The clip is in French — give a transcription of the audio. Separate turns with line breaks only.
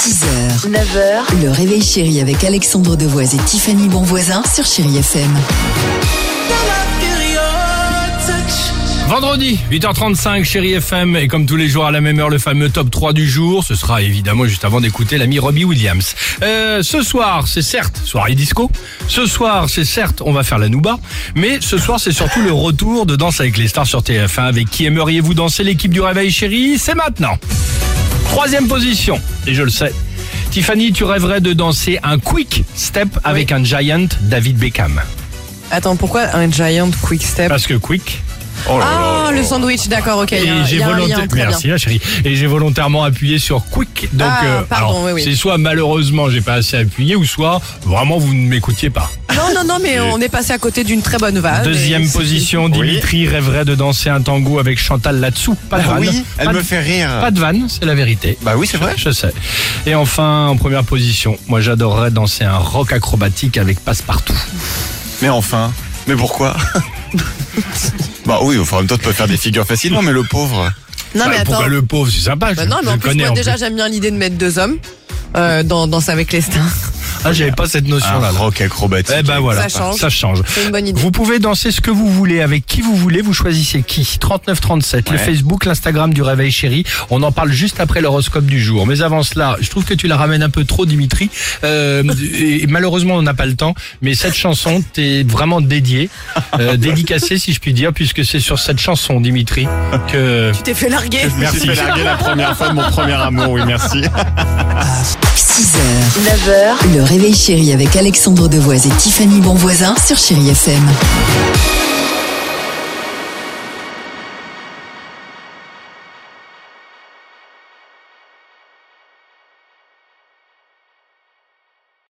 6h, 9h, le réveil chéri avec Alexandre Devoise et Tiffany Bonvoisin sur Chéri FM.
Vendredi, 8h35, chérie FM, et comme tous les jours à la même heure, le fameux top 3 du jour. Ce sera évidemment juste avant d'écouter l'ami Robbie Williams. Euh, ce soir, c'est certes soirée disco. Ce soir, c'est certes, on va faire la nouba. Mais ce soir, c'est surtout le retour de Danse avec les stars sur TF1. Avec qui aimeriez-vous danser l'équipe du Réveil Chérie C'est maintenant. Troisième position, et je le sais. Tiffany, tu rêverais de danser un quick step avec un giant David Beckham.
Attends, pourquoi un giant quick step
Parce que quick, oh
Ah, le sandwich, d'accord, ok. il y a
Et
un- il
j'ai
y a un lien,
volontairement
très bien.
merci la chérie. Et j'ai volontairement appuyé sur quick. Donc
Ah,
euh,
pardon,
alors,
oui, oui.
c'est soit malheureusement j'ai pas assez appuyé ou soit vraiment vous ne m'écoutiez pas.
Non, non, non, mais on est passé à côté d'une très bonne vanne.
Deuxième
Et-
position, Dimitri rêverait de danser un tango avec Chantal là-dessous. Pas de
Ah
vanne.
oui, elle
pas, de-
me fait rire.
pas de vanne, c'est la vérité.
Bah oui, c'est vrai.
Je sais. Et enfin, en première position, moi j'adorerais danser un rock acrobatique avec Passepartout.
Mais enfin, mais pourquoi Bah oui, enfin, en même temps, tu peux faire des figures facilement, mais le pauvre.
Non,
Bah,
mais attends.
Pourquoi le pauvre, c'est sympa.
Bah
je,
non, mais
je
en
le
plus,
connais
moi
en
déjà,
plus.
j'aime bien l'idée de mettre deux hommes euh, dans Danse avec les stars.
Ah, j'avais pas cette
Un
notion-là. là.
rock acrobatique.
Eh ben voilà,
Ça change.
Ça change.
C'est une bonne idée.
Vous pouvez danser ce que vous voulez, avec qui vous voulez, vous choisissez qui 3937, le
Ouais.
Facebook, l'Instagram du Réveil Chéri. On en parle juste après l'horoscope du jour. Mais avant cela, je trouve que tu la ramènes un peu trop, Dimitri. Euh, et malheureusement, on n'a pas le temps. Mais cette chanson, t'es vraiment dédiée, euh, dédicacée, si je puis dire, puisque c'est sur cette chanson, Dimitri, que...
Tu t'es fait larguer.
Je me suis fait larguer la première fois de mon premier amour, oui, merci.
6h, 9h, le réveil chéri avec Alexandre Devoise et Tiffany Bonvoisin sur Chéri FM.